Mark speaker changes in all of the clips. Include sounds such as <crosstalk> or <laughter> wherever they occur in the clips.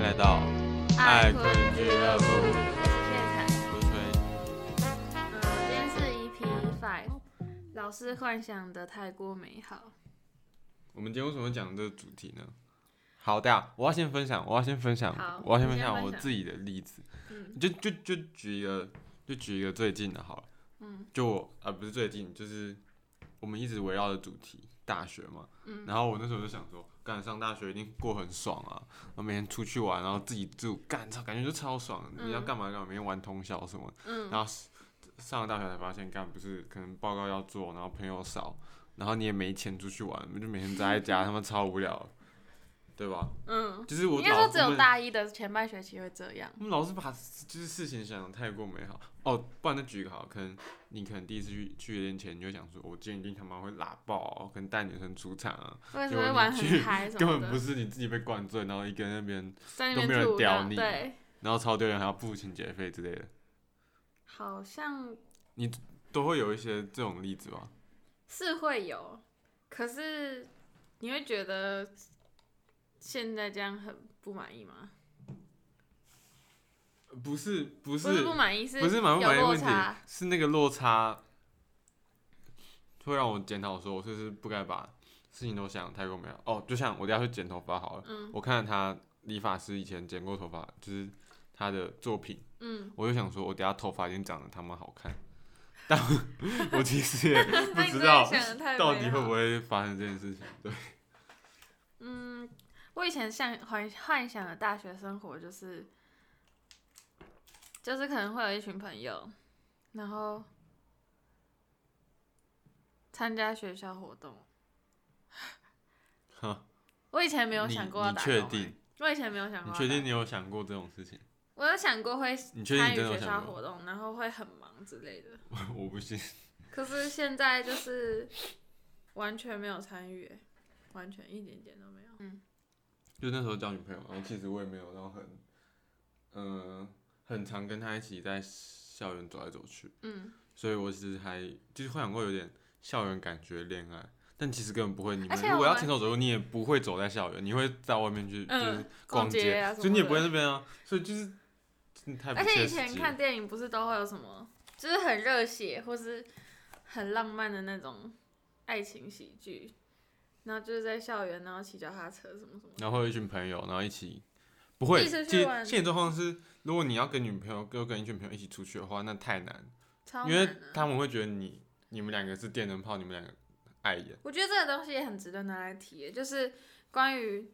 Speaker 1: 来到爱困俱乐部
Speaker 2: 我是
Speaker 1: 不吹，
Speaker 2: 凯，嗯，今天是 EP Five，老师幻想的太过美好。
Speaker 1: 我们今天为什么讲这个主题呢？好的啊，我要先分享，我要先分享
Speaker 2: 好，
Speaker 1: 我要先
Speaker 2: 你
Speaker 1: 分
Speaker 2: 先
Speaker 1: 享
Speaker 2: 分
Speaker 1: 我
Speaker 2: 享
Speaker 1: 自己的例子，
Speaker 2: 嗯
Speaker 1: 就就就举一个，就举一个最近的好了，
Speaker 2: 嗯
Speaker 1: 就我啊、不是最近，就是我们一直围绕的主题大学嘛，
Speaker 2: 嗯，
Speaker 1: 然后我那时候就想说，干上大学一定过很爽啊，然后每天出去玩，然后自己住，干超感觉就超爽，
Speaker 2: 嗯
Speaker 1: 你要干嘛干嘛，每天玩通宵什么的。
Speaker 2: 嗯
Speaker 1: 然后上了大学才发现，干不是可能报告要做，然后朋友少，然后你也没钱出去玩，就每天宅在家，他妈超无聊，对吧？
Speaker 2: 嗯，
Speaker 1: 就是我
Speaker 2: 应该
Speaker 1: 老
Speaker 2: 说只
Speaker 1: 我
Speaker 2: 有
Speaker 1: 们
Speaker 2: 大一的前半学期会这样。
Speaker 1: 我们老是把就是事情想的太过美好哦，不然再举一个好，可能你可能第一次去去夜店前，你就想说，我今天一定他妈会拉爆哦、可能带女生出场啊，
Speaker 2: 为什
Speaker 1: 结果
Speaker 2: 么会
Speaker 1: 你
Speaker 2: 玩
Speaker 1: 去
Speaker 2: 很嗨什
Speaker 1: 根
Speaker 2: 么
Speaker 1: 本不
Speaker 2: 的？
Speaker 1: 是你自己被灌醉，然后一个人那边，
Speaker 2: 在
Speaker 1: 都
Speaker 2: 那
Speaker 1: 没有
Speaker 2: 边
Speaker 1: 人
Speaker 2: 吐
Speaker 1: 屌
Speaker 2: 的，
Speaker 1: 你
Speaker 2: 对，
Speaker 1: 然后超丢人，还要付清洁费之类的，
Speaker 2: 好像
Speaker 1: 都会有一些这种例子吧？
Speaker 2: 是会有，可是你会觉得现在这样很不满意吗？
Speaker 1: 呃不是，不
Speaker 2: 不是不满意，是
Speaker 1: 不是满不满意
Speaker 2: 有
Speaker 1: 的
Speaker 2: 落
Speaker 1: 问题
Speaker 2: 差。，
Speaker 1: 是那个落差会让我检讨，说我是不是不该把事情都想得太过美好。哦，就像我等一下去剪头发好了，
Speaker 2: 嗯
Speaker 1: 我看了他理发师以前剪过头发，就是他的作品，
Speaker 2: 嗯，
Speaker 1: 我就想说，我等一下头发已经长得他妈好看，但我 <laughs> 我其实
Speaker 2: <laughs>
Speaker 1: 也不
Speaker 2: 那你
Speaker 1: 知
Speaker 2: 真
Speaker 1: 道
Speaker 2: 的想的太
Speaker 1: 到
Speaker 2: 美
Speaker 1: 底会
Speaker 2: 好
Speaker 1: 不会发生这件事情。对，
Speaker 2: 嗯，我以前像幻幻想的大学生活就是，就是可能会有一群朋友，然后参加学校活动。
Speaker 1: 哈，
Speaker 2: 我以前没有
Speaker 1: 你
Speaker 2: 想过要
Speaker 1: 你
Speaker 2: 打工、
Speaker 1: 确
Speaker 2: 欸
Speaker 1: 定？
Speaker 2: 我以前没有想
Speaker 1: 你
Speaker 2: 过。
Speaker 1: 确定？你有想过这种事情？
Speaker 2: 我有想过会
Speaker 1: 你确定
Speaker 2: 参
Speaker 1: 你真
Speaker 2: 与
Speaker 1: 的有
Speaker 2: 学校
Speaker 1: 想过？
Speaker 2: 活动，然后会很忙之类的。
Speaker 1: 我 <laughs> 不信。
Speaker 2: 可是现在就是完全没有参与欸、完全一点点都没有。嗯
Speaker 1: 就那时候交女朋友，然后哦其实我也没有，然后很，嗯、很常跟她一起在校园走来走去，
Speaker 2: 嗯，
Speaker 1: 所以我其实还就是幻想过有点校园感觉恋爱，但其实根本不会。你们
Speaker 2: 而且
Speaker 1: 如果
Speaker 2: 我
Speaker 1: 要
Speaker 2: 们
Speaker 1: 牵手走路，你也不会走在校园，你会在外面去、就
Speaker 2: 嗯
Speaker 1: 是
Speaker 2: 逛
Speaker 1: 街，
Speaker 2: 街啊什
Speaker 1: 所以你也
Speaker 2: 么
Speaker 1: 不会
Speaker 2: 的
Speaker 1: 那边啊，所以就是真的太不
Speaker 2: 而且
Speaker 1: 切
Speaker 2: 以
Speaker 1: 实
Speaker 2: 前
Speaker 1: 际
Speaker 2: 看
Speaker 1: 了
Speaker 2: 电影不是都会有什么，就是很热血或是很浪漫的那种爱情喜剧，然后就是在校园，然后骑脚踏车什么什么的。
Speaker 1: 然后会有一群朋友，然后一起。不会，
Speaker 2: 一起去
Speaker 1: 其实
Speaker 2: 玩
Speaker 1: 现实状况是，如果你要跟女朋友，又跟一群朋友一起出去的话，那太难，
Speaker 2: 超
Speaker 1: 因为
Speaker 2: 难的。
Speaker 1: 他们会觉得你你们两个是电灯泡，你们两个碍眼。
Speaker 2: 我觉得这个东西也很值得拿来提耶，就是关于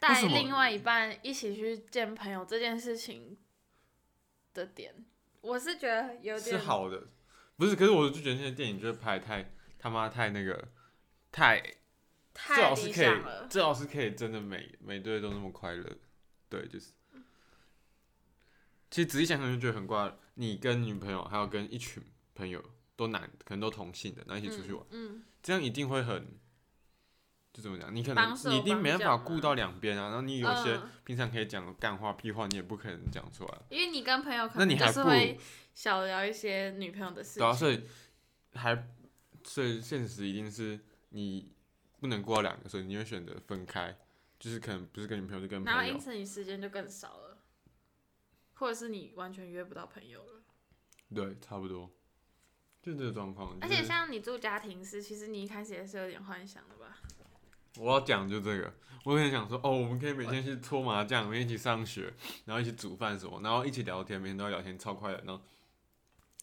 Speaker 2: 带
Speaker 1: 什么
Speaker 2: 另外一半一起去见朋友这件事情的点，我是觉得有
Speaker 1: 是
Speaker 2: 点
Speaker 1: 好的，不是？可是我就觉得那些电影就是拍得太他妈太那个，太最
Speaker 2: 太
Speaker 1: 好是
Speaker 2: 理
Speaker 1: 可以
Speaker 2: 想了，。
Speaker 1: 最好是可以真的每每对都那么快乐，对，就是。
Speaker 2: 嗯
Speaker 1: 其实仔细想想就觉得很怪，你跟女朋友还有跟一群朋友都男，可能都同性的，然后一起出去玩，
Speaker 2: 嗯，
Speaker 1: 这样一定会很，就怎么讲？你可能
Speaker 2: 绑手
Speaker 1: 你一定没办法
Speaker 2: 绑脚
Speaker 1: 顾
Speaker 2: 嘛
Speaker 1: 到两边啊，然后你
Speaker 2: 嗯，
Speaker 1: 有一些
Speaker 2: 嗯
Speaker 1: 平常可以讲的干话、屁话，你也不可能讲出来。
Speaker 2: 因为你跟朋友可
Speaker 1: 那
Speaker 2: 能
Speaker 1: 你
Speaker 2: 就
Speaker 1: 还
Speaker 2: 是
Speaker 1: 不
Speaker 2: 会小聊一些女朋友的事
Speaker 1: 对啊，
Speaker 2: 情。
Speaker 1: 所以还所以现实一定是你不能过两个，所以你会选择分开，就是可能不是跟女朋友，就跟
Speaker 2: 然后
Speaker 1: 朋友
Speaker 2: 因。此你时间就更少了，或者是你完全约不到朋友了。
Speaker 1: 对，差不多，就这个状况。
Speaker 2: 而且
Speaker 1: 就是
Speaker 2: 像你住家庭式，其实你一开始也是有点幻想的吧？
Speaker 1: 我要讲就这个，我很想说哦，我们可以每天去搓麻将，每天一起上学，然后一起煮饭什么，然后一起聊天，每天都要聊天，超快乐。然后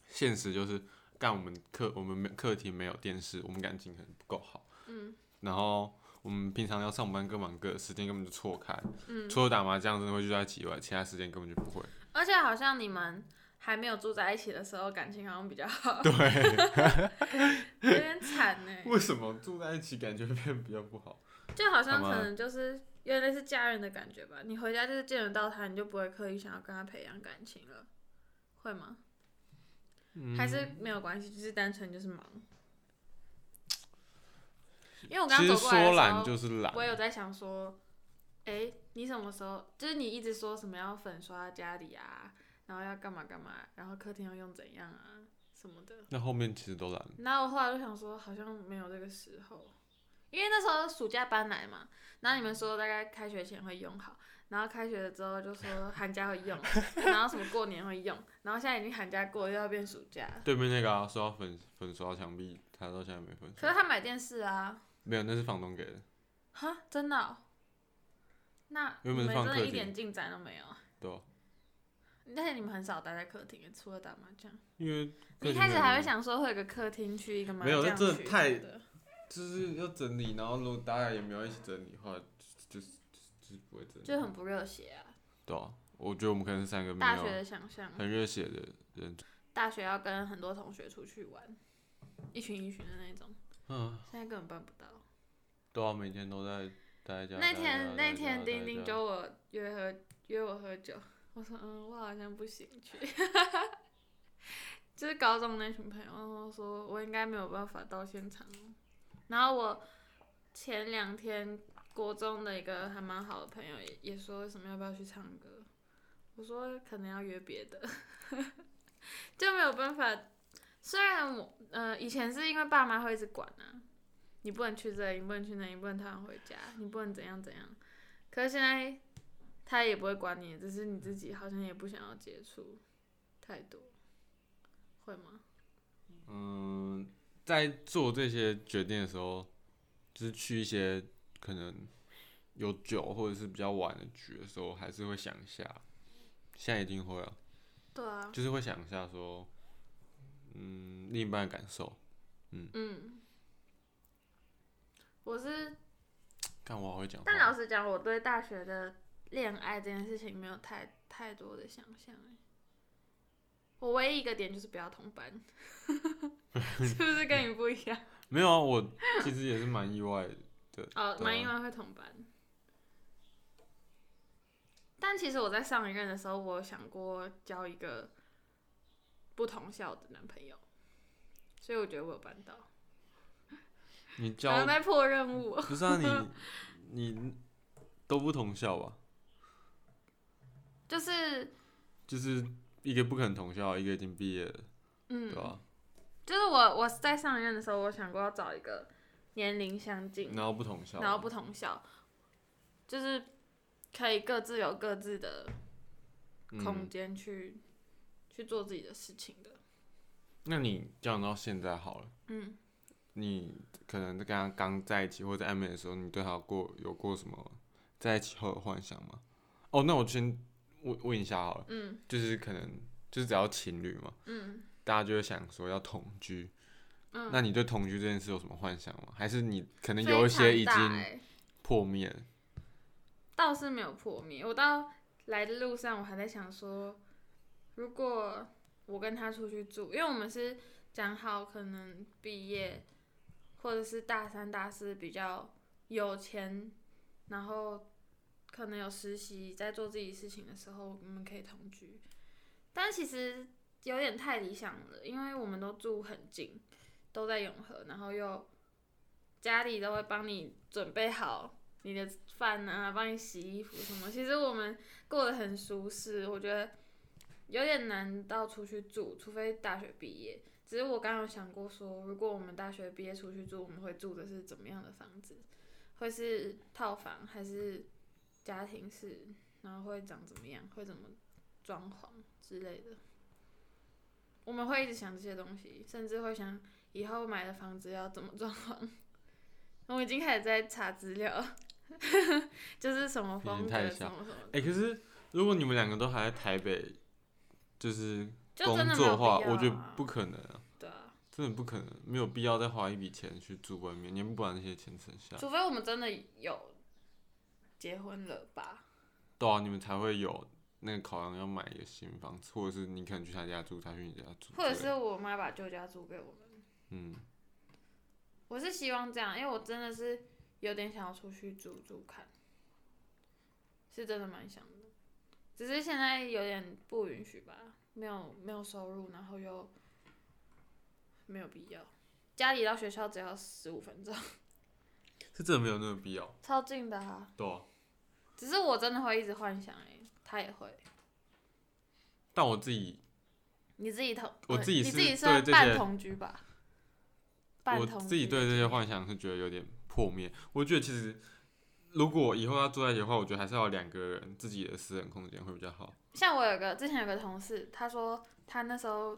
Speaker 1: 现实就是，干我们课我们没课题没有电视，我们感情可能不够好，
Speaker 2: 嗯
Speaker 1: 然后我们平常要上班各忙各的，时间根本就错开。
Speaker 2: 嗯，
Speaker 1: 除了打麻将真的会聚在一起以外，其他时间根本就不会。
Speaker 2: 而且好像你们还没有住在一起的时候，感情好像比较好，
Speaker 1: 对，
Speaker 2: <laughs> 有点惨呢、
Speaker 1: 为什么住在一起感觉变比较不好？
Speaker 2: 就好像
Speaker 1: 好
Speaker 2: 可
Speaker 1: 吗
Speaker 2: 能就是有点类似家人的感觉吧。你回家就是见得到他，你就不会刻意想要跟他培养感情了，会吗？
Speaker 1: 嗯
Speaker 2: 还是没有关系，就是单纯就是忙。因为我刚
Speaker 1: 其
Speaker 2: 刚
Speaker 1: 实
Speaker 2: 走过来
Speaker 1: 说懒
Speaker 2: 的时
Speaker 1: 就是懒
Speaker 2: 候，我，有在想说，哎、你什么时候？就是你一直说什么要粉刷家里啊，然后要干嘛干嘛，然后客厅要用怎样啊什么的。
Speaker 1: 那后面其实都懒。
Speaker 2: 然后我后来就想说，好像没有这个时候，因为那时候暑假搬来嘛，然后你们说大概开学前会用好，然后开学了之后就说寒假会用，然后什么过年会用，然后现在已经寒假过了，又要变暑假了。
Speaker 1: 对面那个啊，说要粉粉刷墙壁，他到现在没粉
Speaker 2: 可
Speaker 1: 刷
Speaker 2: 是，他买电视啊，
Speaker 1: 没有，那是房东给的。
Speaker 2: 哈，真的哦、那你
Speaker 1: 原本
Speaker 2: 们
Speaker 1: 是放
Speaker 2: 真
Speaker 1: 客
Speaker 2: 的一
Speaker 1: 厅
Speaker 2: 点进展都没有，
Speaker 1: 对、啊，
Speaker 2: 但是你们很少待在客厅，除了打麻将。
Speaker 1: 因为
Speaker 2: 你一开始还会想说会有个客厅区，一个麻
Speaker 1: 没有
Speaker 2: 将
Speaker 1: 那真
Speaker 2: 区
Speaker 1: 的太
Speaker 2: 什么的
Speaker 1: 就是要整理，然后如果大家也没有一起整理的话，就是就是不会整理。
Speaker 2: 就很不热血啊。
Speaker 1: 对、啊，我觉得我们可能是三个没
Speaker 2: 大学
Speaker 1: 有
Speaker 2: 的想象，
Speaker 1: 很热血的人。
Speaker 2: 大学要跟很多同学出去玩，一群一群的那种，
Speaker 1: 嗯，
Speaker 2: 现在根本办不到。
Speaker 1: 对啊，每天都在待在家。
Speaker 2: 那
Speaker 1: 待
Speaker 2: 天
Speaker 1: 在家
Speaker 2: 那天
Speaker 1: 待在
Speaker 2: 丁丁
Speaker 1: 家
Speaker 2: 揪我约喝约我喝酒，我说嗯我好像不兴趣， <laughs> 就是高中那群朋友，然后我说我应该没有办法到现场哦。然后我前两天国中的一个还蛮好的朋友也也说什么要不要去唱歌，我说可能要约别的， <laughs> 就没有办法。虽然我呃以前是因为爸妈会一直管啊，你不能去这里，你不能去那里，你不能突然回家，你不能怎样怎样。可是现在他也不会管你，只是你自己好像也不想要接触太多，会吗？
Speaker 1: 嗯，在做这些决定的时候，就是去一些可能有酒或者是比较晚的局的时候，还是会想一下。现在一定会啊，
Speaker 2: 对啊，
Speaker 1: 就是会想一下说，嗯，另一半的感受。
Speaker 2: 嗯，我是，
Speaker 1: 看我好会讲话
Speaker 2: 但，老实讲，我对大学的恋爱这件事情没有太太多的想象欸我唯一一个点就是不要同班， <laughs> 是不是跟你不一样？
Speaker 1: 没有啊，我其实也是蛮意外的。对
Speaker 2: 哦，
Speaker 1: 啊
Speaker 2: 蛮意外会同班。但其实我在上一任的时候，我有想过交一个不同校的男朋友，所以我觉得我有办到。
Speaker 1: 你
Speaker 2: <laughs> 我
Speaker 1: 教
Speaker 2: 在破任务哦，
Speaker 1: 不是啊你你都不同校吧？
Speaker 2: 就是
Speaker 1: 就是一个不可能同校，一个已经毕业了，
Speaker 2: 嗯
Speaker 1: 对，啊吧、
Speaker 2: 就是我我在上一任的时候，我想过要找一个年龄相近，
Speaker 1: 然后不同校，
Speaker 2: 嗯然后不同校，就是可以各自有各自的空
Speaker 1: 嗯。
Speaker 2: 间去、去做自己的事情的。
Speaker 1: 那你讲到现在好了。
Speaker 2: 嗯，
Speaker 1: 你可能跟他刚在一起或者暧昧的时候，你对他有过有过什么在一起后的幻想吗？哦，那我先问问一下好了，
Speaker 2: 嗯
Speaker 1: 就是可能就是只要情侣嘛，
Speaker 2: 嗯
Speaker 1: 大家就会想说要同居。
Speaker 2: 嗯，
Speaker 1: 那你对同居这件事有什么幻想吗？还是你可能
Speaker 2: 非
Speaker 1: 有一些
Speaker 2: 常
Speaker 1: 已
Speaker 2: 大
Speaker 1: 经
Speaker 2: 欸
Speaker 1: 破灭了？
Speaker 2: 倒是没有破灭。我到来的路上，我还在想说，如果我跟他出去住，因为我们是讲好可能毕业或者是大三、大四比较有钱，然后可能有实习，在做自己事情的时候，我们可以同居。但其实有点太理想了，因为我们都住很近，都在永和，然后又家里都会帮你准备好你的饭啊，帮你洗衣服什么。其实我们过得很舒适，我觉得有点难到出去住，除非大学毕业。只是我刚刚有想过说，如果我们大学毕业出去住，我们会住的是怎么样的房子？会是套房还是家庭式？然后会长怎么样？会怎么装潢之类的？我们会一直想这些东西，甚至会想以后买的房子要怎么装潢。我已经开始在查资料了， <laughs> 就是什么风
Speaker 1: 已经
Speaker 2: 格，
Speaker 1: 太
Speaker 2: 什
Speaker 1: 小
Speaker 2: 么什么的，
Speaker 1: 哎、可是如果你们两个都还在台北，就是
Speaker 2: 就
Speaker 1: 工
Speaker 2: 真的没
Speaker 1: 作
Speaker 2: 有
Speaker 1: 的话，
Speaker 2: 必要
Speaker 1: 我觉得
Speaker 2: 啊
Speaker 1: 不可能啊，
Speaker 2: 对啊，
Speaker 1: 真的不可能，没有必要再花一笔钱去住外面，你不把那些钱省下来。
Speaker 2: 除非我们真的有结婚了吧？
Speaker 1: 对啊，你们才会有那个考量要买一个新房子，或者是你可能去他家住，他去你家住之类的，
Speaker 2: 或者是我妈把旧家租给我们？
Speaker 1: 嗯，
Speaker 2: 我是希望这样，因为我真的是有点想要出去住住看，是真的蛮想的，只是现在有点不允许吧，没有没有收入，然后又没有必要，家里到学校只要十五分钟，
Speaker 1: 是真的没有那个必要。
Speaker 2: 超近的啊。
Speaker 1: 对啊，
Speaker 2: 只是我真的会一直幻想哎、他也会，
Speaker 1: 但我自己
Speaker 2: 你自己同，
Speaker 1: 我自己
Speaker 2: 你
Speaker 1: 是
Speaker 2: 自己
Speaker 1: 对
Speaker 2: 算
Speaker 1: 这
Speaker 2: 半
Speaker 1: 些
Speaker 2: 同居吧，半
Speaker 1: 我
Speaker 2: 同
Speaker 1: 自己
Speaker 2: 居
Speaker 1: 对这些
Speaker 2: 经
Speaker 1: 幻想是觉得有点破灭。我觉得其实如果以后要住在一起的话，我觉得还是要有两个人自己的私人空间会比较好。
Speaker 2: 像我有个之前有个同事，她说她那时候，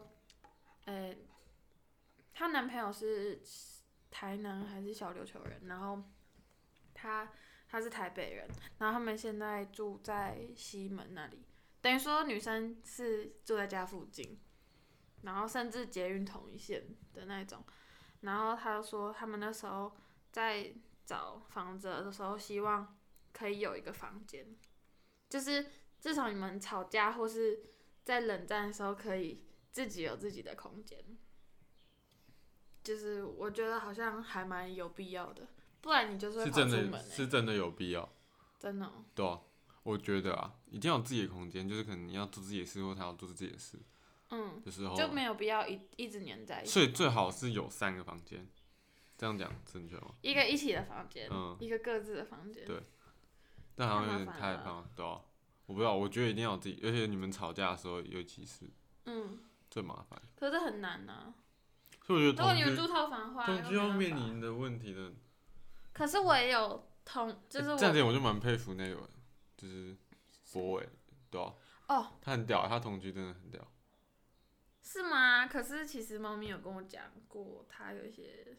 Speaker 2: 呃，她男朋友是台南还是小琉球人，然后她她是台北人，然后他们现在住在西门那里，等于说女生是住在家附近，然后甚至捷运同一线的那种，然后她就说他们那时候在找房子的时候，希望可以有一个房间，就是。至少你们吵架或是在冷战的时候，可以自己有自己的空间。就是我觉得好像还蛮有必要的，不然你就是会
Speaker 1: 是
Speaker 2: 跑
Speaker 1: 真
Speaker 2: 出门、
Speaker 1: 的，
Speaker 2: 欸、
Speaker 1: 是真的有必要，
Speaker 2: 真的哦、
Speaker 1: 对啊、我觉得啊，一定要有自己的空间，就是可能你要做自己的事，或他要做自己的事
Speaker 2: 嗯，
Speaker 1: 的时候，啊
Speaker 2: 就没有必要一一直黏在一起，
Speaker 1: 哦所以最好是有三个房间，这样讲正确吗？
Speaker 2: 一个一起的房间，
Speaker 1: 嗯
Speaker 2: 一个各自的房间
Speaker 1: 对，但好像有
Speaker 2: 太麻
Speaker 1: 点
Speaker 2: 烦
Speaker 1: 太
Speaker 2: 了
Speaker 1: 胖，对啊，我不知道，我觉得一定要有自己，而且你们吵架的时候，尤其是
Speaker 2: 嗯，
Speaker 1: 最麻烦，
Speaker 2: 可是很难呐、
Speaker 1: 所以我觉
Speaker 2: 如
Speaker 1: 得
Speaker 2: 果
Speaker 1: 同
Speaker 2: 你们
Speaker 1: 居
Speaker 2: 住套房的话，
Speaker 1: 同居
Speaker 2: 又没
Speaker 1: 要
Speaker 2: 办
Speaker 1: 面
Speaker 2: 法
Speaker 1: 临的问题的，
Speaker 2: 可是我也有同，就是
Speaker 1: 这样
Speaker 2: 我
Speaker 1: 点我就蛮佩服那个，就是博伟，对啊，
Speaker 2: 哦，
Speaker 1: 他很屌，他同居真的很屌，
Speaker 2: 是吗？可是其实猫咪有跟我讲过，它有一些，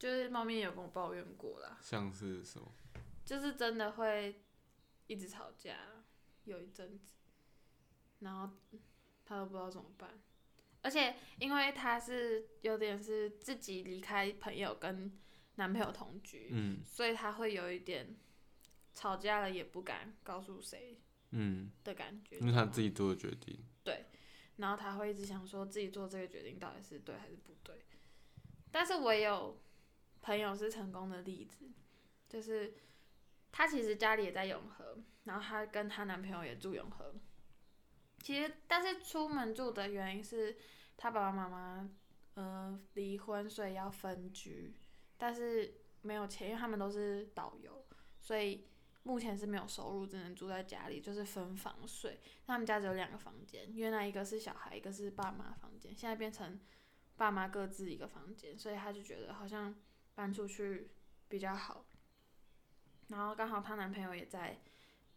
Speaker 2: 就是猫咪也有跟我抱怨过啦，
Speaker 1: 像是什么？
Speaker 2: 就是真的会一直吵架，有一阵子，然后他都不知道怎么办。而且因为他是有点是自己离开朋友跟男朋友同居，
Speaker 1: 嗯
Speaker 2: 所以他会有一点吵架了也不敢告诉谁
Speaker 1: 嗯，
Speaker 2: 的感觉。
Speaker 1: 因为他自
Speaker 2: 己，
Speaker 1: 己做的决定，
Speaker 2: 然后他会一直想说自己做这个决定到底是对还是不对。但是我也有朋友是成功的例子，就是她其实家里也在永和，然后她跟她男朋友也住永和。其实，但是出门住的原因是她爸爸妈妈呃离婚，所以要分居，但是没有钱，因为他们都是导游，所以目前是没有收入，只能住在家里，就是分房睡。那他们家只有两个房间，原来一个是小孩，一个是爸妈房间，现在变成爸妈各自一个房间，所以她就觉得好像搬出去比较好。然后刚好她男朋友也在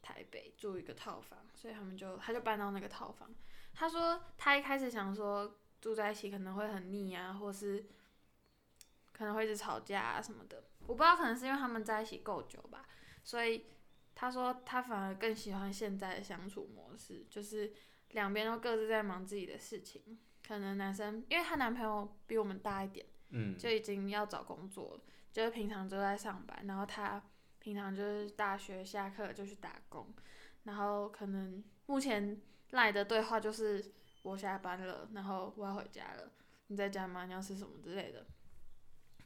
Speaker 2: 台北住一个套房，所以他们就她就搬到那个套房。她说她一开始想说住在一起可能会很腻啊，或是可能会一直吵架啊什么的。我不知道，可能是因为他们在一起够久吧，所以她说她反而更喜欢现在的相处模式，就是两边都各自在忙自己的事情。可能男生因为她男朋友比我们大一点。
Speaker 1: 嗯，
Speaker 2: 就已经要找工作了，就是平常都在上班，然后他平常就是大学下课就去打工，然后可能目前赖的对话就是我下班了，然后我要回家了，你在家吗？你要吃什么之类的，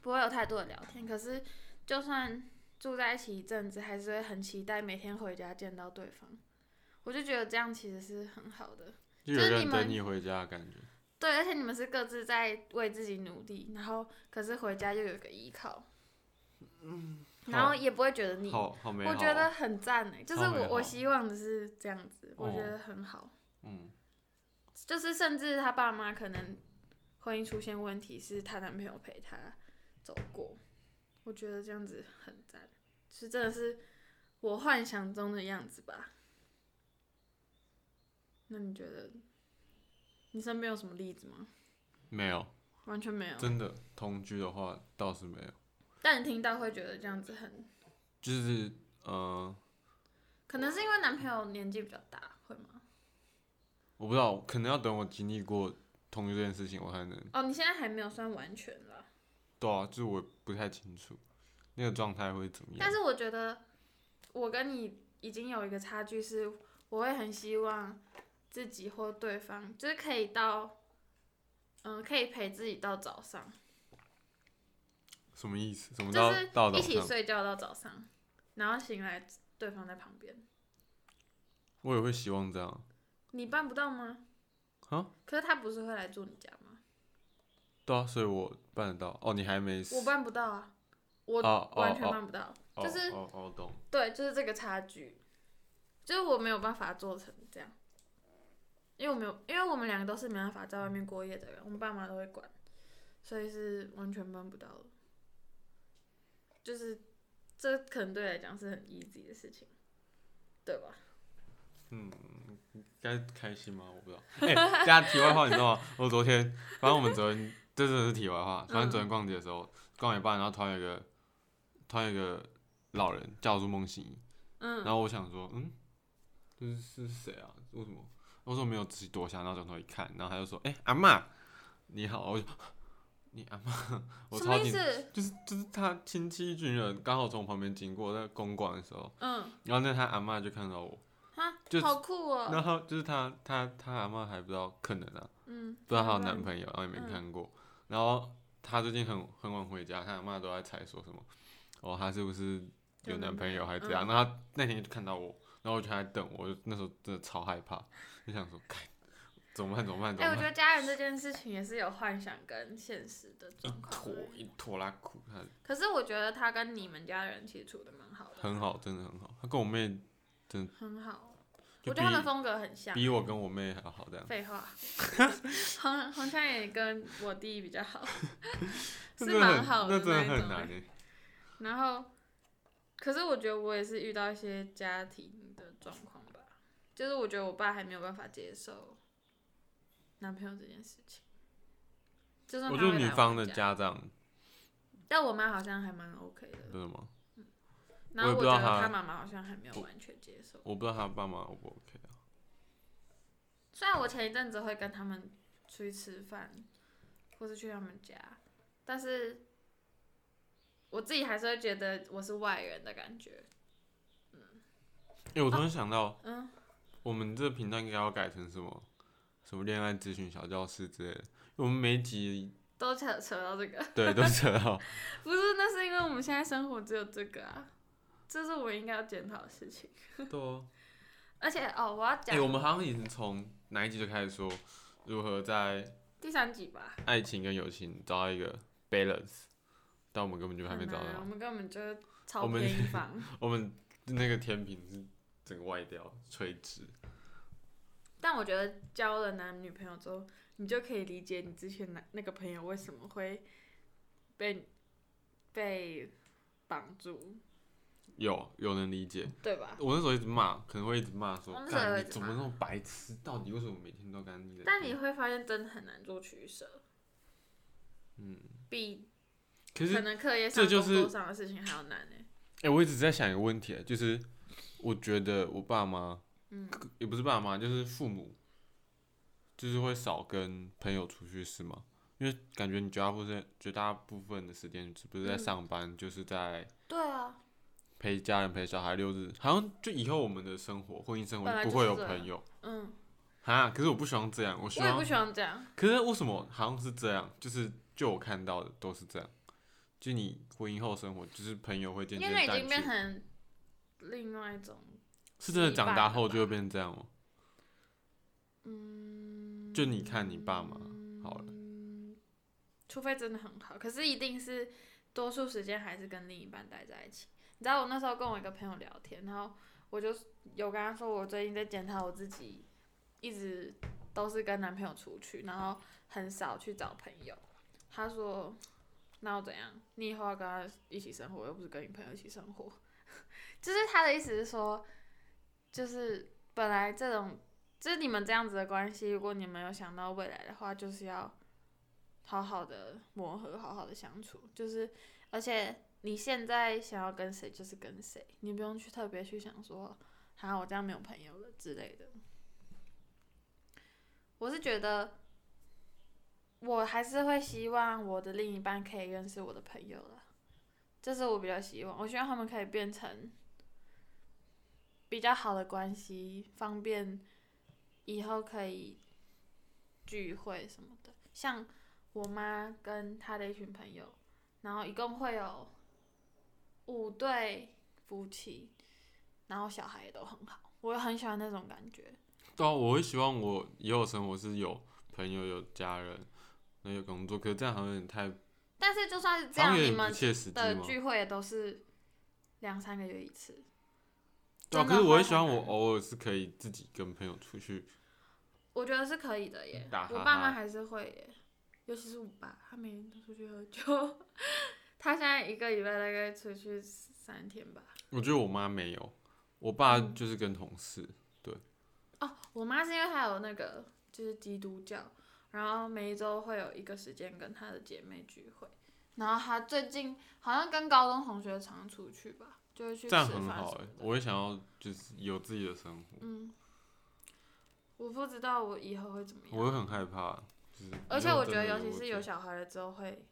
Speaker 2: 不会有太多的聊天。可是就算住在一起一阵子，还是会很期待每天回家见到对方。我就觉得这样其实是很好的，
Speaker 1: 就有一个
Speaker 2: 就是你
Speaker 1: 人
Speaker 2: 们
Speaker 1: 等你回家的感觉，
Speaker 2: 对，而且你们是各自在为自己努力，然后可是回家又有一个依靠，嗯，然后也不会觉得腻，
Speaker 1: 好好美好
Speaker 2: 我
Speaker 1: 哦，
Speaker 2: 觉得很赞哎，就是
Speaker 1: 超美
Speaker 2: 我我
Speaker 1: 好
Speaker 2: 希望的是这样子，我觉
Speaker 1: 哦
Speaker 2: 得很好，
Speaker 1: 嗯，
Speaker 2: 就是甚至她爸妈可能婚姻出现问题，是她男朋友陪她走过，我觉得这样子很赞，是真的是我幻想中的样子吧。那你觉得你身边有什么例子吗？
Speaker 1: 没有，
Speaker 2: 完全没有。
Speaker 1: 真的同居的话倒是没有，
Speaker 2: 但你听到会觉得这样子很，
Speaker 1: 就是呃，
Speaker 2: 可能是因为男朋友年纪比较大，会吗？
Speaker 1: 我不知道，可能要等我经历过同居这件事情，我才能
Speaker 2: 哦，你现在还没有算完全啦，
Speaker 1: 对啊，就是我不太清楚那个状态会怎么样
Speaker 2: 但。是我觉得我跟你已经有一个差距是，我会很希望自己或对方就是可以到，嗯、可以陪自己到早上，
Speaker 1: 什么意思？什么
Speaker 2: 就
Speaker 1: 到
Speaker 2: 是
Speaker 1: 到早
Speaker 2: 一起
Speaker 1: 上？
Speaker 2: 睡觉到早上，然后醒来对方在旁边，
Speaker 1: 我也会希望这样
Speaker 2: 你办不到吗？
Speaker 1: 啊，
Speaker 2: 可是他不是会来住你家吗？
Speaker 1: 对啊，所以我办得到。哦，你还没死
Speaker 2: 我办不到啊，我
Speaker 1: 哦哦
Speaker 2: 完全
Speaker 1: 哦
Speaker 2: 办不到，
Speaker 1: 哦
Speaker 2: 就是
Speaker 1: 哦哦懂。
Speaker 2: 对，就是这个差距，就是我没有办法做成这样，因为我没有，因为我们两个都是没办法在外面过夜的人，我们爸妈都会管，所以是完全办不到的，就是这可能对你来讲是很 easy 的事情，对吧？
Speaker 1: 嗯，该开心吗？我不知道。 <laughs> 哎、大家题外话，你知道吗？我昨天，反正我们昨天，这真的是题外话。反正
Speaker 2: 嗯
Speaker 1: 昨天逛街的时候，逛一半，然后突然有一个，突然有一个老人叫我说梦醒，
Speaker 2: 嗯
Speaker 1: 然后我想说，嗯，这是是谁啊？为什么？我说没有仔细躲下，然后转头一看，然后他就说，哎、阿嬷，你好，我就你阿嬷， <laughs> 我
Speaker 2: 什么
Speaker 1: 超
Speaker 2: 意
Speaker 1: 紧，
Speaker 2: 思？
Speaker 1: 就是就是他亲戚一群人刚好从我旁边经过，在公馆的时候，
Speaker 2: 嗯，
Speaker 1: 然后那他阿嬷就看到我，
Speaker 2: 哈
Speaker 1: 就，
Speaker 2: 好酷哦。
Speaker 1: 然后就是他他他阿嬷还不知道，可能啊，
Speaker 2: 嗯，
Speaker 1: 不知道她有
Speaker 2: 台湾
Speaker 1: 男朋友，然后也没
Speaker 2: 嗯
Speaker 1: 看过。然后她最近很很晚回家，她阿妈都在猜说什么，哦，她是不是有
Speaker 2: 有
Speaker 1: 男
Speaker 2: 男
Speaker 1: 朋友
Speaker 2: 朋
Speaker 1: 还
Speaker 2: 友
Speaker 1: 是怎样？那她那天就看到我，然后我就还在等我，就那时候真的超害怕，就想说，该怎么办？怎么办？怎
Speaker 2: 哎、
Speaker 1: 么
Speaker 2: 我觉
Speaker 1: 办？
Speaker 2: 得家人这件事情也是有幻想跟现实的
Speaker 1: 一
Speaker 2: 状况
Speaker 1: 坨
Speaker 2: 而已。
Speaker 1: 一坨拉苦，她
Speaker 2: 可是我觉得他跟你们家人其实处的蛮好的，
Speaker 1: 很好，真的很好。她跟我妹
Speaker 2: 很好。
Speaker 1: 就
Speaker 2: 我
Speaker 1: 比
Speaker 2: 觉得他们风格很像。
Speaker 1: 比我跟我妹还要好，这样
Speaker 2: 废话， <laughs> 黄黄腔也跟我弟比较
Speaker 1: <laughs>
Speaker 2: 好，
Speaker 1: 这
Speaker 2: 是
Speaker 1: 真的
Speaker 2: 蛮
Speaker 1: 很
Speaker 2: 好的
Speaker 1: 那真的
Speaker 2: 那一
Speaker 1: 很
Speaker 2: 种
Speaker 1: 难
Speaker 2: 欸
Speaker 1: 诶。
Speaker 2: 然后，可是我觉得我也是遇到一些家庭的状况吧，就是我觉得我爸还没有办法接受男朋友这件事情。就算
Speaker 1: 我
Speaker 2: 他
Speaker 1: 觉得
Speaker 2: 会
Speaker 1: 女
Speaker 2: 来我
Speaker 1: 方
Speaker 2: 们
Speaker 1: 的
Speaker 2: 家，
Speaker 1: 家长
Speaker 2: 但我妈好像还蛮 OK 的。
Speaker 1: 真的吗？
Speaker 2: 然后
Speaker 1: 我也不
Speaker 2: 我
Speaker 1: 知道
Speaker 2: 觉得
Speaker 1: 他
Speaker 2: 他妈妈好像还没有完全接受。
Speaker 1: 我不知道她爸妈 O 不 OK 啊。
Speaker 2: 虽然我前一阵子会跟他们出去吃饭，或是去他们家，但是我自己还是会觉得我是外人的感觉。
Speaker 1: 哎，我突然想到，
Speaker 2: 嗯，
Speaker 1: 我们这频道应该要改成什么什么恋爱咨询小教室之类的。我们每一集
Speaker 2: 都扯扯到这个，
Speaker 1: 对都扯
Speaker 2: <laughs>
Speaker 1: 到，
Speaker 2: 不是，那是因为我们现在生活只有这个啊，这是我应该要检讨的事情。
Speaker 1: 对啊。
Speaker 2: 而且哦，我要
Speaker 1: 哎、
Speaker 2: 讲
Speaker 1: 我们好像已经从哪一集就开始说如何在
Speaker 2: 第三集吧，
Speaker 1: 爱情跟友情找到一个 balance，但我们根本就还没
Speaker 2: 很
Speaker 1: 找
Speaker 2: 难啊，我
Speaker 1: 到。
Speaker 2: 们根本就是超
Speaker 1: 我们
Speaker 2: 偏一方。
Speaker 1: 我们那个天平是整个歪掉，垂直。
Speaker 2: 但我觉得交了男女朋友之后，你就可以理解你之前那那个朋友为什么会被被绑住，
Speaker 1: 有有能理解，
Speaker 2: 对吧？
Speaker 1: 我那时候一直骂，可能会一直骂说
Speaker 2: 我，那时候
Speaker 1: 干
Speaker 2: 也
Speaker 1: 你
Speaker 2: 一直
Speaker 1: 怎么
Speaker 2: 骂
Speaker 1: 那么白痴？到底为什么每天都干你的？
Speaker 2: 但你会发现真的很难做取舍，
Speaker 1: 嗯，
Speaker 2: 比
Speaker 1: 可是
Speaker 2: 可能课业
Speaker 1: 这
Speaker 2: 上、
Speaker 1: 就
Speaker 2: 工
Speaker 1: 是
Speaker 2: 作上的事情还要难呢、欸
Speaker 1: 哎、我一直在想一个问题，就是我觉得我爸妈，
Speaker 2: 嗯，
Speaker 1: 也不是爸妈，就是父母，就是会少跟朋友出去，是吗？因为感觉你绝大部分绝大部分的时间是不是在
Speaker 2: 嗯
Speaker 1: 上班，就是在
Speaker 2: 对啊，
Speaker 1: 陪家人、陪小孩。六日好像就以后我们的生活、婚姻生活
Speaker 2: 本来
Speaker 1: 不
Speaker 2: 就
Speaker 1: 会
Speaker 2: 是
Speaker 1: 有
Speaker 2: 这样
Speaker 1: 朋友
Speaker 2: 嗯，
Speaker 1: 哈，可是我不喜欢这样，我希
Speaker 2: 我也
Speaker 1: 望
Speaker 2: 不喜欢这样。
Speaker 1: 可是为什么好像是这样？就是就我看到的都是这样，就你婚姻后生活，就是朋友会渐
Speaker 2: 因
Speaker 1: 渐
Speaker 2: 为已
Speaker 1: 淡
Speaker 2: 经变
Speaker 1: 去。
Speaker 2: 成另外一种，
Speaker 1: 是真的
Speaker 2: 羁
Speaker 1: 长
Speaker 2: 绊
Speaker 1: 大
Speaker 2: 了
Speaker 1: 后就会
Speaker 2: 吧
Speaker 1: 变成这样吗？
Speaker 2: 嗯，
Speaker 1: 就你看你爸妈好了，
Speaker 2: 除非真的很好，可是一定是多数时间还是跟另一半待在一起。你知道我那时候跟我一个朋友聊天，然后我就有跟他说，我最近在检讨我自己，一直都是跟男朋友出去，然后很少去找朋友。他说：“那又怎样？你以后要跟他一起生活，又不是跟你朋友一起生活。”就是他的意思是说，就是本来这种，就是你们这样子的关系，如果你们有想到未来的话，就是要好好的磨合，好好的相处，就是而且你现在想要跟谁就是跟谁，你不用去特别去想说，啊，我这样没有朋友了之类的。我是觉得，我还是会希望我的另一半可以认识我的朋友了，这是我比较希望，我希望他们可以变成比较好的关系，方便以后可以聚会什么的，像。我妈跟她的一群朋友，然后一共会有五对夫妻，然后小孩也都很好，我很喜欢那种感觉。
Speaker 1: 对啊，我会希望我以后的生活是有朋友、有家人，那有工作。可是这样好像有点太，
Speaker 2: 但是就算是这
Speaker 1: 好像
Speaker 2: 样，
Speaker 1: 有
Speaker 2: 你
Speaker 1: 点不
Speaker 2: 们
Speaker 1: 切实际
Speaker 2: 的
Speaker 1: 嘛。
Speaker 2: 聚会也都是两三个月一次。
Speaker 1: 对啊，
Speaker 2: 真
Speaker 1: 可
Speaker 2: 的
Speaker 1: 是我
Speaker 2: 会
Speaker 1: 会希望
Speaker 2: 很
Speaker 1: 我
Speaker 2: 难
Speaker 1: 偶尔是可以自己跟朋友出去。
Speaker 2: 我觉得是可以的耶。
Speaker 1: 打哈哈
Speaker 2: 我爸妈还是会耶，尤其 <laughs> 是我爸，他每天都出去喝酒。他现在一个礼拜大概出去三天吧。
Speaker 1: 我觉得我妈没有，我爸
Speaker 2: 嗯
Speaker 1: 就是跟同事，
Speaker 2: 哦，我妈是因为她有那个就是基督教，然后每一周会有一个时间跟她的姐妹聚会，然后她最近好像跟高中同学常出去吧，就会去吃
Speaker 1: 这样
Speaker 2: 饭
Speaker 1: 很
Speaker 2: 什
Speaker 1: 好
Speaker 2: 么
Speaker 1: 哎、
Speaker 2: 的
Speaker 1: 我也想要就是有自己的生活，
Speaker 2: 嗯，我不知道我以后会怎么
Speaker 1: 我
Speaker 2: 样，
Speaker 1: 会很害怕，就是
Speaker 2: 而且
Speaker 1: 以后
Speaker 2: 我觉
Speaker 1: 真的
Speaker 2: 得尤
Speaker 1: 如
Speaker 2: 其
Speaker 1: 果
Speaker 2: 是
Speaker 1: 这
Speaker 2: 有
Speaker 1: 样
Speaker 2: 小孩了之后会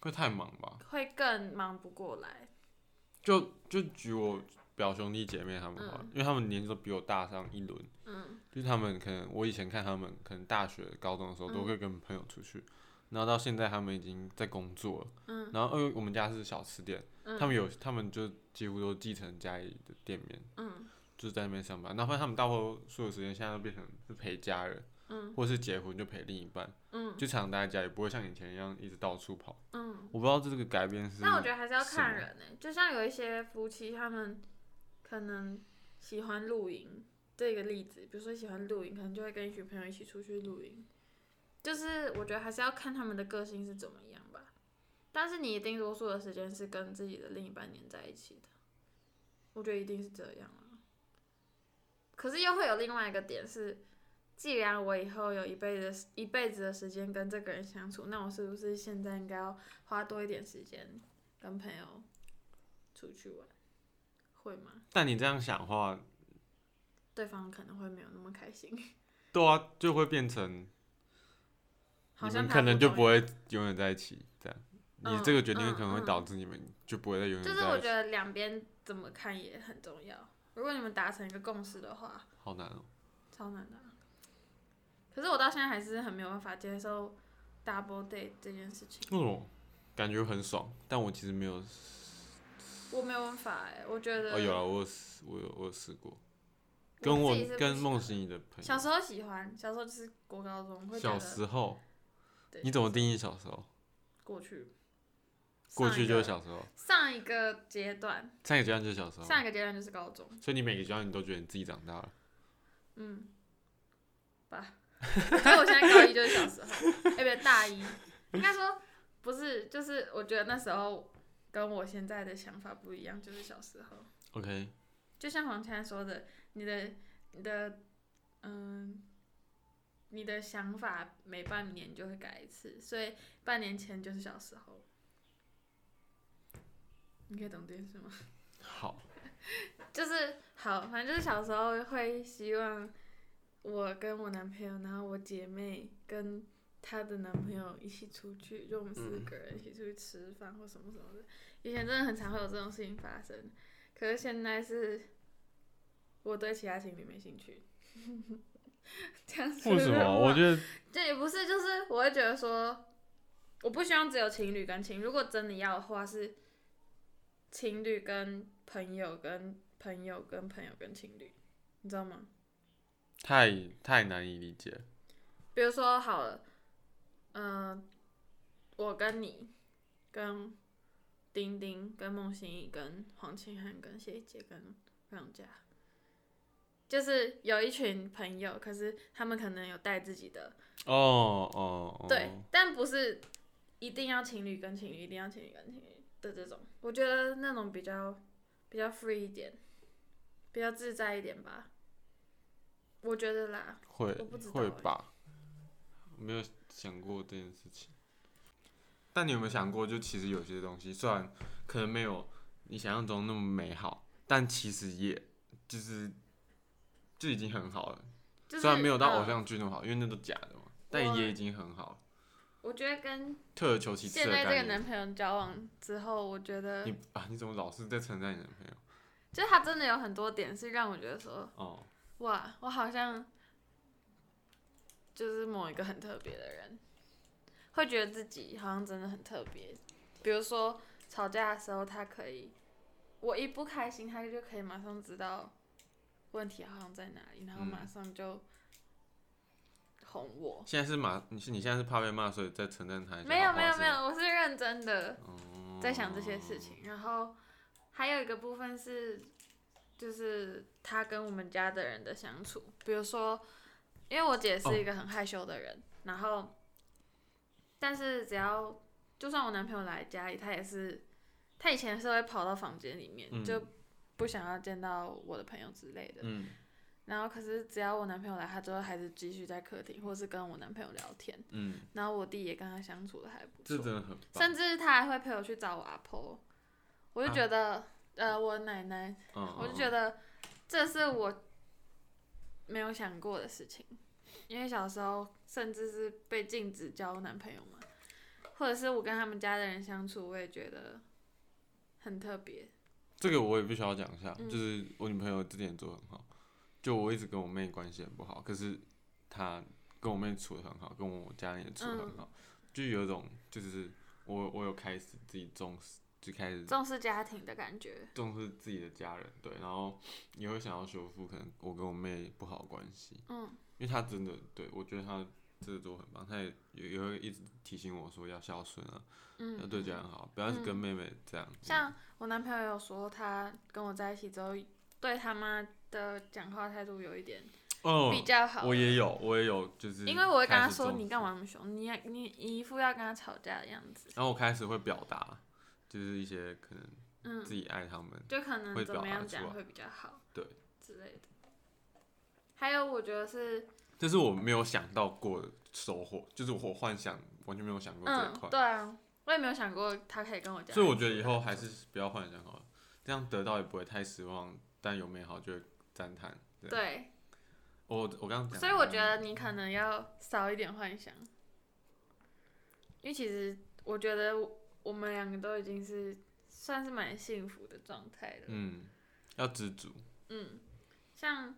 Speaker 1: 会太忙吧？
Speaker 2: 会更忙不过来。
Speaker 1: 就就举我表兄弟姐妹他们好了，因为他们年纪都比我大上一轮，
Speaker 2: 嗯
Speaker 1: 就是他们可能我以前看他们可能大学、高中的时候都
Speaker 2: 嗯
Speaker 1: 会跟朋友出去，然后到现在他们已经在工作了，
Speaker 2: 嗯
Speaker 1: 然后因为呃我们家是小吃店，
Speaker 2: 嗯
Speaker 1: 他们有他们就几乎都继承家里的店面，
Speaker 2: 嗯
Speaker 1: 就是在那边上班，然后发现他们大多数的时间现在都变成是陪家人，
Speaker 2: 嗯
Speaker 1: 或是结婚就陪另一半，
Speaker 2: 嗯
Speaker 1: 就常常待在家里，不会像以前一样一直到处跑。
Speaker 2: 嗯，
Speaker 1: 我不知道这个改变是，
Speaker 2: 但我觉得还是要
Speaker 1: 是
Speaker 2: 看
Speaker 1: 吗
Speaker 2: 人呢、欸就像有一些夫妻他们可能喜欢露营这个例子，比如说喜欢露营，可能就会跟一群朋友一起出去露营，就是我觉得还是要看他们的个性是怎么样吧。但是你一定多数的时间是跟自己的另一半黏在一起的，我觉得一定是这样啊。可是又会有另外一个点是，既然我以后有一辈子的时一辈子的时间跟这个人相处，那我是不是现在应该要花多一点时间跟朋友出去玩？会吗？
Speaker 1: 但你这样想的话，
Speaker 2: 对方可能会没有那么开心， <laughs>
Speaker 1: 对啊，就会变成
Speaker 2: 好
Speaker 1: 你
Speaker 2: 像
Speaker 1: 们
Speaker 2: 他
Speaker 1: 可能就
Speaker 2: 懂
Speaker 1: 不会永远在一起，这样。
Speaker 2: 嗯
Speaker 1: 你这个决定
Speaker 2: 嗯
Speaker 1: 可能会导致你们就不会再永远
Speaker 2: 就是我
Speaker 1: 在一
Speaker 2: 觉
Speaker 1: 起，
Speaker 2: 得两边怎么看也很重要。如果你们达成一个共识的话，
Speaker 1: 好难哦。
Speaker 2: 超难的啊。可是我到现在还是很没有办法接受 double date 这件事情，
Speaker 1: 为什么？感觉很爽，但我其实没有。
Speaker 2: 我没有办法哎、我觉得
Speaker 1: 哦，有了，我有试，我有我有试过，
Speaker 2: 我
Speaker 1: 跟我
Speaker 2: 自己是不
Speaker 1: 跟
Speaker 2: 喜
Speaker 1: 梦
Speaker 2: 欢
Speaker 1: 欣怡的朋
Speaker 2: 小
Speaker 1: 友。
Speaker 2: 时候喜欢，小时候就是国高中会觉
Speaker 1: 小
Speaker 2: 得
Speaker 1: 时候，
Speaker 2: 对
Speaker 1: 你怎么定义小时候？
Speaker 2: 过去，
Speaker 1: 过去就是
Speaker 2: 上
Speaker 1: 小时候，
Speaker 2: 一个上一个阶段，
Speaker 1: 上一个阶段就是小时候，
Speaker 2: 上一个阶段就是高中，
Speaker 1: 所以你每个阶段你都觉得你自己长大了。
Speaker 2: 嗯，吧，我觉得我现在高一就是小时候， <laughs> 哎、不对，大一，应该说不是，就是我觉得那时候跟我现在的想法不一样，就是小时候，
Speaker 1: OK，
Speaker 2: 就像黄灿说的，你的你的嗯。你的想法每半年就会改一次，所以半年前就是小时候。你可以懂这件事吗？
Speaker 1: <laughs> 好，
Speaker 2: 就是好，反正就是小时候会希望我跟我男朋友，然后我姐妹跟她的男朋友一起出去，就我们
Speaker 1: 嗯
Speaker 2: 四个人一起出去吃饭或什么什么的。以前真的很常会有这种事情发生，可是现在是我对其他情侣没兴趣。 <laughs> 这样子
Speaker 1: 为
Speaker 2: <laughs>
Speaker 1: 什么？我觉得
Speaker 2: 这也不是，就是我会觉得说，我不希望只有情侣跟情，如果真的要的话是情侣跟朋友跟朋友跟朋友跟情侣，你知道吗？
Speaker 1: 太太难以理解。
Speaker 2: 比如说好了，嗯、我跟你跟丁丁跟孟欣怡跟黄清汉跟谢姐跟让佳。就是有一群朋友，可是他们可能有带自己的
Speaker 1: 哦哦，哦
Speaker 2: 对，但不是一定要情侣跟情侣，一定要情侣跟情侣的这种，我觉得那种比较比较 free 一点，比较自在一点吧。我觉得啦，
Speaker 1: 会
Speaker 2: 我不知道
Speaker 1: 会
Speaker 2: 欸
Speaker 1: 吧？没有想过这件事情。但你有没有想过，就其实有些东西虽然可能没有你想象中那么美好，但其实也就是就已经很好了。
Speaker 2: 就是
Speaker 1: 虽然没有到
Speaker 2: 呃
Speaker 1: 偶像剧那么好，因为那都假的嘛，但
Speaker 2: 我
Speaker 1: 也已经很好了。
Speaker 2: 我觉得跟
Speaker 1: 退而求其次
Speaker 2: 现
Speaker 1: 的
Speaker 2: 在这
Speaker 1: 概
Speaker 2: 个
Speaker 1: 念。
Speaker 2: 男朋友交往之后，我觉得
Speaker 1: 你啊，你怎么老是在称赞你男朋友？
Speaker 2: 就他真的有很多点是让我觉得说，
Speaker 1: 哦，
Speaker 2: 哇，我好像就是某一个很特别的人，会觉得自己好像真的很特别。比如说吵架的时候，他可以，我一不开心，他就可以马上知道问题好像在哪里，然后
Speaker 1: 嗯
Speaker 2: 马上就哄我。
Speaker 1: 哦现在是马，你是你现在是怕被骂，所以在称赞他一下
Speaker 2: 没有
Speaker 1: 好话
Speaker 2: 没有
Speaker 1: 是
Speaker 2: 没
Speaker 1: 吗
Speaker 2: 有，我是认真的。
Speaker 1: 哦
Speaker 2: 在想这些事情。然后还有一个部分是，就是他跟我们家的人的相处，比如说，因为我姐是一个很害羞的人，然后，但是只要就算我男朋友来家里，他也是。他以前是会跑到房间里面，
Speaker 1: 嗯
Speaker 2: 就不想要见到我的朋友之类的。
Speaker 1: 嗯
Speaker 2: 然后可是只要我男朋友来，他就还是继续在客厅，或是跟我男朋友聊天。
Speaker 1: 嗯，
Speaker 2: 然后我弟也跟他相处的还不
Speaker 1: 这
Speaker 2: 错，
Speaker 1: 真的很棒。
Speaker 2: 甚至他还会陪我去找我阿婆。我就觉得，
Speaker 1: 啊
Speaker 2: 呃，我奶奶，
Speaker 1: 嗯，
Speaker 2: 我就
Speaker 1: 得
Speaker 2: 觉得这是我没有想过的事情，因为小时候甚至是被禁止交男朋友嘛，或者是我跟他们家的人相处，我也觉得很特别。
Speaker 1: 这个我也必须要讲一下，
Speaker 2: 嗯
Speaker 1: 就是我女朋友这点也做得很好，就我一直跟我妹关系很不好，可是她跟我妹处的很好，跟我家人也处的很好，
Speaker 2: 嗯
Speaker 1: 就有一种就是我我有开始自己重视，就开始
Speaker 2: 重视家庭的感觉，
Speaker 1: 重视自己的家人，对，然后也会想要修复可能我跟我妹不好的关系，
Speaker 2: 嗯
Speaker 1: 因为她真的对我觉得她真的做得很棒，她也也也会一直提醒我说要孝顺啊，
Speaker 2: 嗯，
Speaker 1: 要对家人好，不要跟妹妹这样。
Speaker 2: 像我男朋友有说，他跟我在一起之后，对他妈的讲话态度有一点
Speaker 1: 哦，
Speaker 2: 比较好，
Speaker 1: 我也有，我也有，就是
Speaker 2: 因为我会跟他
Speaker 1: 嗯开始
Speaker 2: 说
Speaker 1: 重
Speaker 2: 你干
Speaker 1: 视，
Speaker 2: 嘛那么凶，你你你一副要跟他吵架的样子，
Speaker 1: 然后我开始会表达，就是一些可能
Speaker 2: 嗯，
Speaker 1: 自己爱他们，
Speaker 2: 就可能
Speaker 1: 会
Speaker 2: 怎
Speaker 1: 表
Speaker 2: 么
Speaker 1: 达
Speaker 2: 样
Speaker 1: 出来
Speaker 2: 讲会比较好，
Speaker 1: 对
Speaker 2: 之类的。还有我觉得是，
Speaker 1: 这是我没有想到过的收获，就是我幻想完全没有想过这
Speaker 2: 嗯啊
Speaker 1: 一块，，
Speaker 2: 对啊，我也没有想过他可以跟我讲，
Speaker 1: 所以我觉得以后还是不要幻想好了，这样得到也不会太失望，但有美好就会赞叹。对，
Speaker 2: 对，
Speaker 1: 我我刚刚讲，
Speaker 2: 所以我觉
Speaker 1: 嗯
Speaker 2: 得你可能要少一点幻想，因为其实我觉得我们两个都已经是算是蛮幸福的状态了。
Speaker 1: 嗯，要知足，
Speaker 2: 嗯，像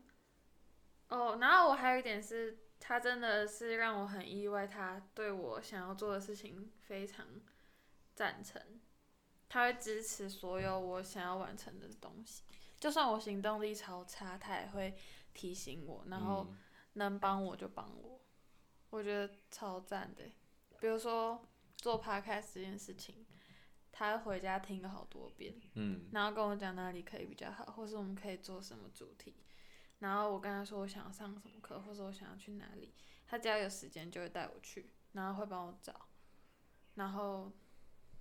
Speaker 2: 哦，然后我还有一点是，他真的是让我很意外，他对我想要做的事情非常赞成，他会支持所有我想要完成的东西，就算我行动力超差，他也会提醒我，然后
Speaker 1: 嗯
Speaker 2: 能帮我就帮我，我觉得超赞的。比如说做 podcast 这件事情，他回家听了好多遍，
Speaker 1: 嗯
Speaker 2: 然后跟我讲哪里可以比较好，或是我们可以做什么主题。然后我跟他说我想要上什么课，或者我想要去哪里，他只要有时间就会带我去，然后会帮我找。然后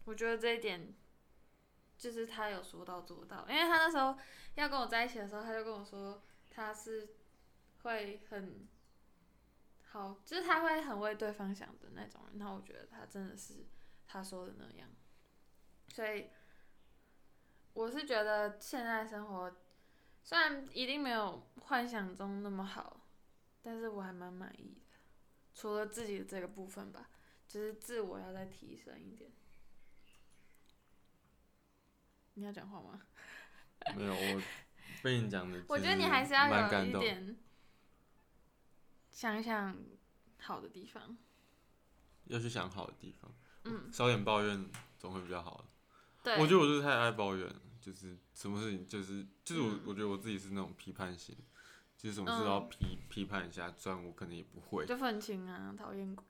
Speaker 2: 我觉得这一点就是他有说到做到，因为他那时候要跟我在一起的时候，他就跟我说他是会很好，就是他会很为对方想的那种人。然后我觉得他真的是他说的那样，所以我是觉得现在生活虽然一定没有幻想中那么好，但是我还蛮满意的。除了自己的这个部分吧，就是自我要再提升一点。你要讲话吗？
Speaker 1: 嗯没有我被你讲的，
Speaker 2: 我觉得你还是要
Speaker 1: 蛮
Speaker 2: 有
Speaker 1: 感
Speaker 2: 一
Speaker 1: 动。
Speaker 2: 点想一想好的地方。
Speaker 1: 要去想好的地方，
Speaker 2: 嗯，
Speaker 1: 少点抱怨总会比较好的。
Speaker 2: 对，
Speaker 1: 我觉得我就是太爱抱怨了，就是什么事情就是就是我、
Speaker 2: 嗯
Speaker 1: 我觉得我自己是那种批判型，就是什么事都要
Speaker 2: 嗯
Speaker 1: 批、批判一下，虽然我可能也不会，
Speaker 2: 就愤青啊，讨厌鬼。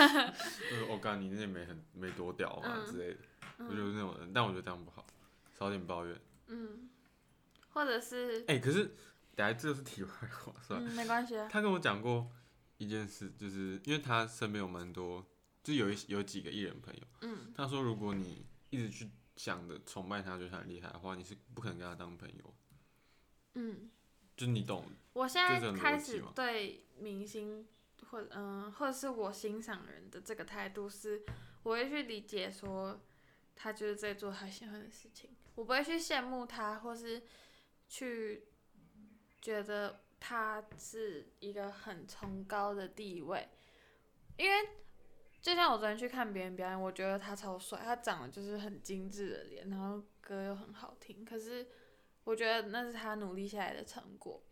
Speaker 1: 就是我干、你那也没很没多屌啊、
Speaker 2: 嗯
Speaker 1: 之类的，我就
Speaker 2: 嗯
Speaker 1: 是那种人，但我觉得这样不好，少点抱怨。
Speaker 2: 嗯，或者是
Speaker 1: 哎、可是等下这就是题外话，算了。
Speaker 2: 嗯，没关系啊。
Speaker 1: 他跟我讲过一件事，就是因为他身边有蛮多，就有一有几个艺人朋友，
Speaker 2: 嗯
Speaker 1: 他说如果你一直去想着崇拜他，觉得他很厉害的话，你是不可能跟他当朋友，
Speaker 2: 嗯，
Speaker 1: 就是你懂
Speaker 2: 我现在
Speaker 1: 这种逻辑
Speaker 2: 开始
Speaker 1: 吗
Speaker 2: 对明星或嗯、或者是我欣赏人的这个态度是，我会去理解说他就是在做他喜欢的事情，我不会去羡慕他，或是去觉得他是一个很崇高的地位，因为就像我昨天去看别人表演，我觉得他超帅，他长得就是很精致的脸，然后歌又很好听，可是我觉得那是他努力下来的成果，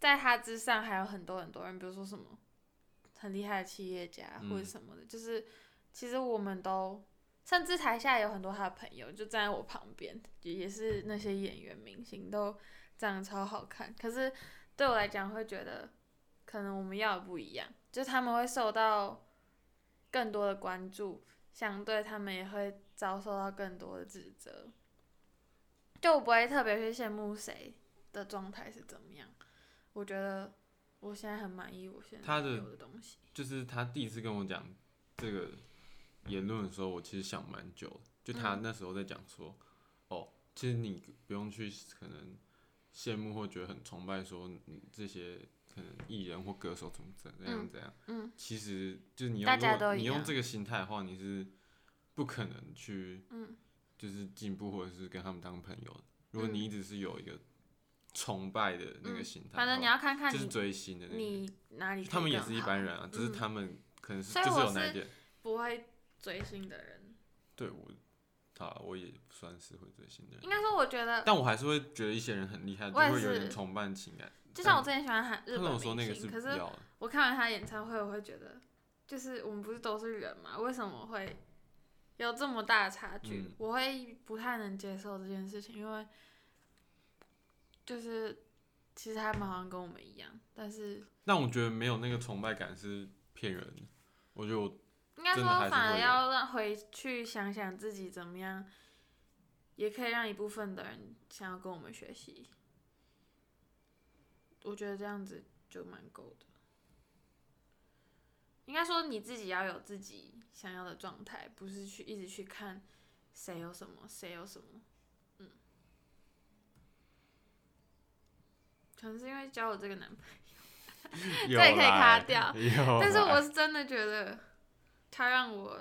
Speaker 2: 在他之上还有很多很多人，比如说什么很厉害的企业家
Speaker 1: 嗯
Speaker 2: 或者什么的，就是其实我们都。甚至台下有很多他的朋友，就站在我旁边，也也是那些演员、明星都长得超好看，可是对我来讲会觉得，可能我们要的不一样，就是他们会受到更多的关注，相对他们也会遭受到更多的指责。就我不会特别去羡慕谁的状态是怎么样，我觉得我现在很满意我现在
Speaker 1: 他的
Speaker 2: 有的东西。
Speaker 1: 就是他第一次跟我讲这个言论的时候，我其实想蛮久的，就
Speaker 2: 嗯
Speaker 1: 他那时候在讲说，哦，其实你不用去可能羡慕或觉得很崇拜说你这些可能艺人或歌手怎么怎样怎样，
Speaker 2: 嗯，
Speaker 1: 其实就是你用
Speaker 3: 大家
Speaker 1: 如果
Speaker 3: 都一
Speaker 1: 你用
Speaker 3: 样
Speaker 1: 这个心态的话，你是不可能去
Speaker 2: 嗯
Speaker 1: 就是进步或者是跟他们当朋友的。如果
Speaker 2: 嗯
Speaker 1: 你一直是有一个崇拜的那个
Speaker 2: 嗯
Speaker 1: 心态的话，
Speaker 2: 反正你要看看
Speaker 1: 就
Speaker 2: 你、
Speaker 1: 是追星的那个，
Speaker 2: 你哪里可以
Speaker 1: 他们也
Speaker 2: 更
Speaker 1: 是一
Speaker 2: 好
Speaker 1: 般人啊，只是
Speaker 2: 嗯
Speaker 1: 他们可能是
Speaker 2: 所以
Speaker 1: 就是
Speaker 2: 我
Speaker 1: 有那
Speaker 2: 是
Speaker 1: 一点。
Speaker 2: 不会追星的人。
Speaker 1: 对我，他我也不算是会追星的人，
Speaker 2: 应该说，我觉得
Speaker 1: 但我还是会觉得一些人很厉害，就
Speaker 2: 我也
Speaker 1: 会有
Speaker 2: 是
Speaker 1: 点崇拜情感。
Speaker 2: 就像我之前喜欢韩
Speaker 1: 他
Speaker 2: 日
Speaker 1: 跟
Speaker 2: 本
Speaker 1: 我说那
Speaker 2: 明
Speaker 1: 个是
Speaker 2: 星，
Speaker 1: 不
Speaker 2: 可是
Speaker 1: 要的，
Speaker 2: 我看完他演唱会，我会觉得，就是我们不是都是人嘛，为什么会有这么大的差距？
Speaker 1: 嗯
Speaker 2: 我会不太能接受这件事情，因为就是其实他们好像跟我们一样，但是
Speaker 1: 但我觉得没有那个崇拜感是骗人的。我
Speaker 2: <laughs>
Speaker 1: 觉得我
Speaker 2: 应该
Speaker 1: 真
Speaker 2: 说
Speaker 1: 的还是
Speaker 2: 反而
Speaker 1: 会有
Speaker 2: 要让回去想想自己怎么样，也可以让一部分的人想要跟我们学习。我觉得这样子就蛮够的。应该说你自己要有自己想要的状态，不是去一直去看谁有什么，谁有什么。嗯，可能是因为交了这个男朋友，
Speaker 1: 有
Speaker 2: 可以
Speaker 1: 啦
Speaker 2: 卡掉
Speaker 1: 有
Speaker 2: 但是
Speaker 1: 啦
Speaker 2: 我是真的觉得他让我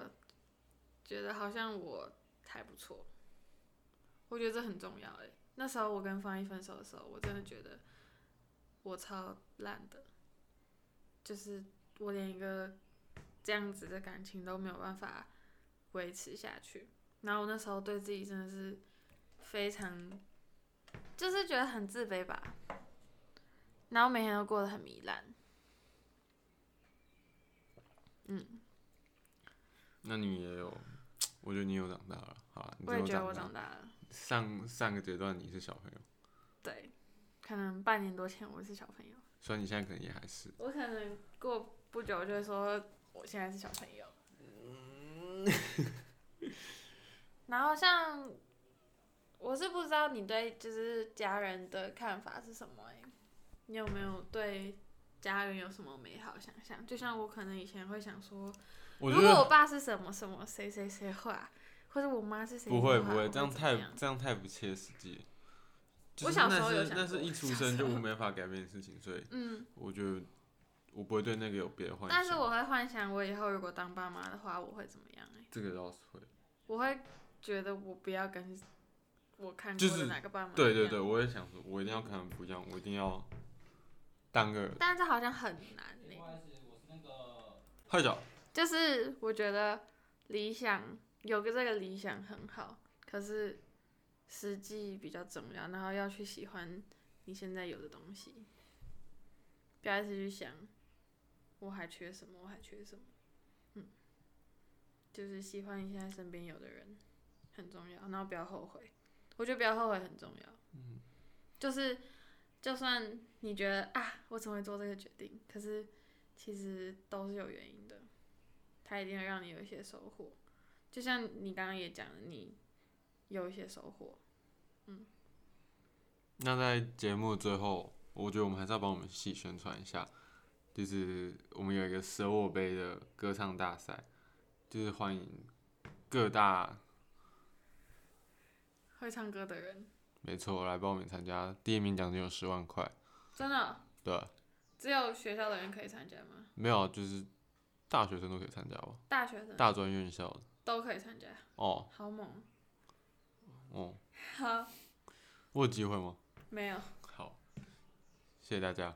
Speaker 2: 觉得好像我还不错，我觉得这很重要哎。那时候我跟方一分手的时候，我真的觉得我超烂的，就是我连一个这样子的感情都没有办法维持下去。然后我那时候对自己真的是非常，就是觉得很自卑吧。然后每天都过得很糜烂，
Speaker 1: 那你也有，我觉得你有长大了。好啊啦，你
Speaker 2: 我也
Speaker 1: 真的
Speaker 2: 觉得我
Speaker 1: 长
Speaker 2: 长
Speaker 1: 大。
Speaker 2: 大了。
Speaker 1: 上上个阶段你是小朋友，
Speaker 2: 对，可能半年多前我是小朋友，
Speaker 1: 虽然你现在可能也还是。
Speaker 2: 我可能过不久就会说我现在是小朋友。
Speaker 1: 嗯
Speaker 2: <laughs> 然后像我是不知道你对就是家人的看法是什么、欸，你有没有对家人有什么美好想象？就像我可能以前会想说，
Speaker 1: 我觉
Speaker 2: 如果我
Speaker 1: 得
Speaker 2: 爸是什么什么谁谁谁画，或者我妈是谁谁
Speaker 1: 不会
Speaker 2: 画
Speaker 1: 不
Speaker 2: 我
Speaker 1: 会，这样
Speaker 2: 怎么
Speaker 1: 太这样太不切实际了。就
Speaker 2: 我
Speaker 1: 是
Speaker 2: 小时
Speaker 1: 那
Speaker 2: 候有
Speaker 1: 是
Speaker 2: 想
Speaker 1: 那是
Speaker 2: 过
Speaker 1: 一
Speaker 2: 我
Speaker 1: 出
Speaker 2: 小
Speaker 1: 生
Speaker 2: 时
Speaker 1: 就
Speaker 2: 候
Speaker 1: 没办法改变的事情，所以
Speaker 2: 嗯。
Speaker 1: 我觉得我不会对那个有别的幻想。
Speaker 2: 但是我会幻想，我以后如果当爸妈的话，我会怎么样、欸？
Speaker 1: 这个倒是会，
Speaker 2: 我会觉得我不要跟我看
Speaker 1: 就
Speaker 2: 过的
Speaker 1: 是
Speaker 2: 哪个爸妈、
Speaker 1: 对对对，。我也想说，我一定要跟他们不一样，我一定要当个
Speaker 2: 但是这好像很难欸呢、
Speaker 1: 太小，
Speaker 2: 就是我觉得理想有个这个理想很好，可是实际比较重要，然后要去喜欢你现在有的东西，不要一直去想我还缺什么，我还缺什么。嗯，就是喜欢你现在身边有的人很重要，然后不要后悔。我觉得不要后悔很重要。嗯，就是就算你觉得啊，我怎么会做这个决定，可是其实都是有原因的。它一定会让你有一些收获。就像你刚刚也讲了，你有一些收获。
Speaker 1: 那在节目最后，我觉得我们还是要帮我们系宣传一下，就是我们有一个舍我杯的歌唱大赛，就是欢迎各大
Speaker 2: 会唱歌的人，
Speaker 1: 没错来报名参加，第一名奖金有十万块，
Speaker 2: 真的哦
Speaker 1: 对，
Speaker 2: 只有学校的人可以参加吗？
Speaker 1: 没有啊就是大学生都可以参加吧，
Speaker 2: 大学生
Speaker 1: 大专院校的
Speaker 2: 都可以参加，
Speaker 1: 哦
Speaker 2: 好猛！
Speaker 1: 哦，
Speaker 2: 好，
Speaker 1: 我有机会吗？
Speaker 2: 没有。
Speaker 1: 好，谢谢大家，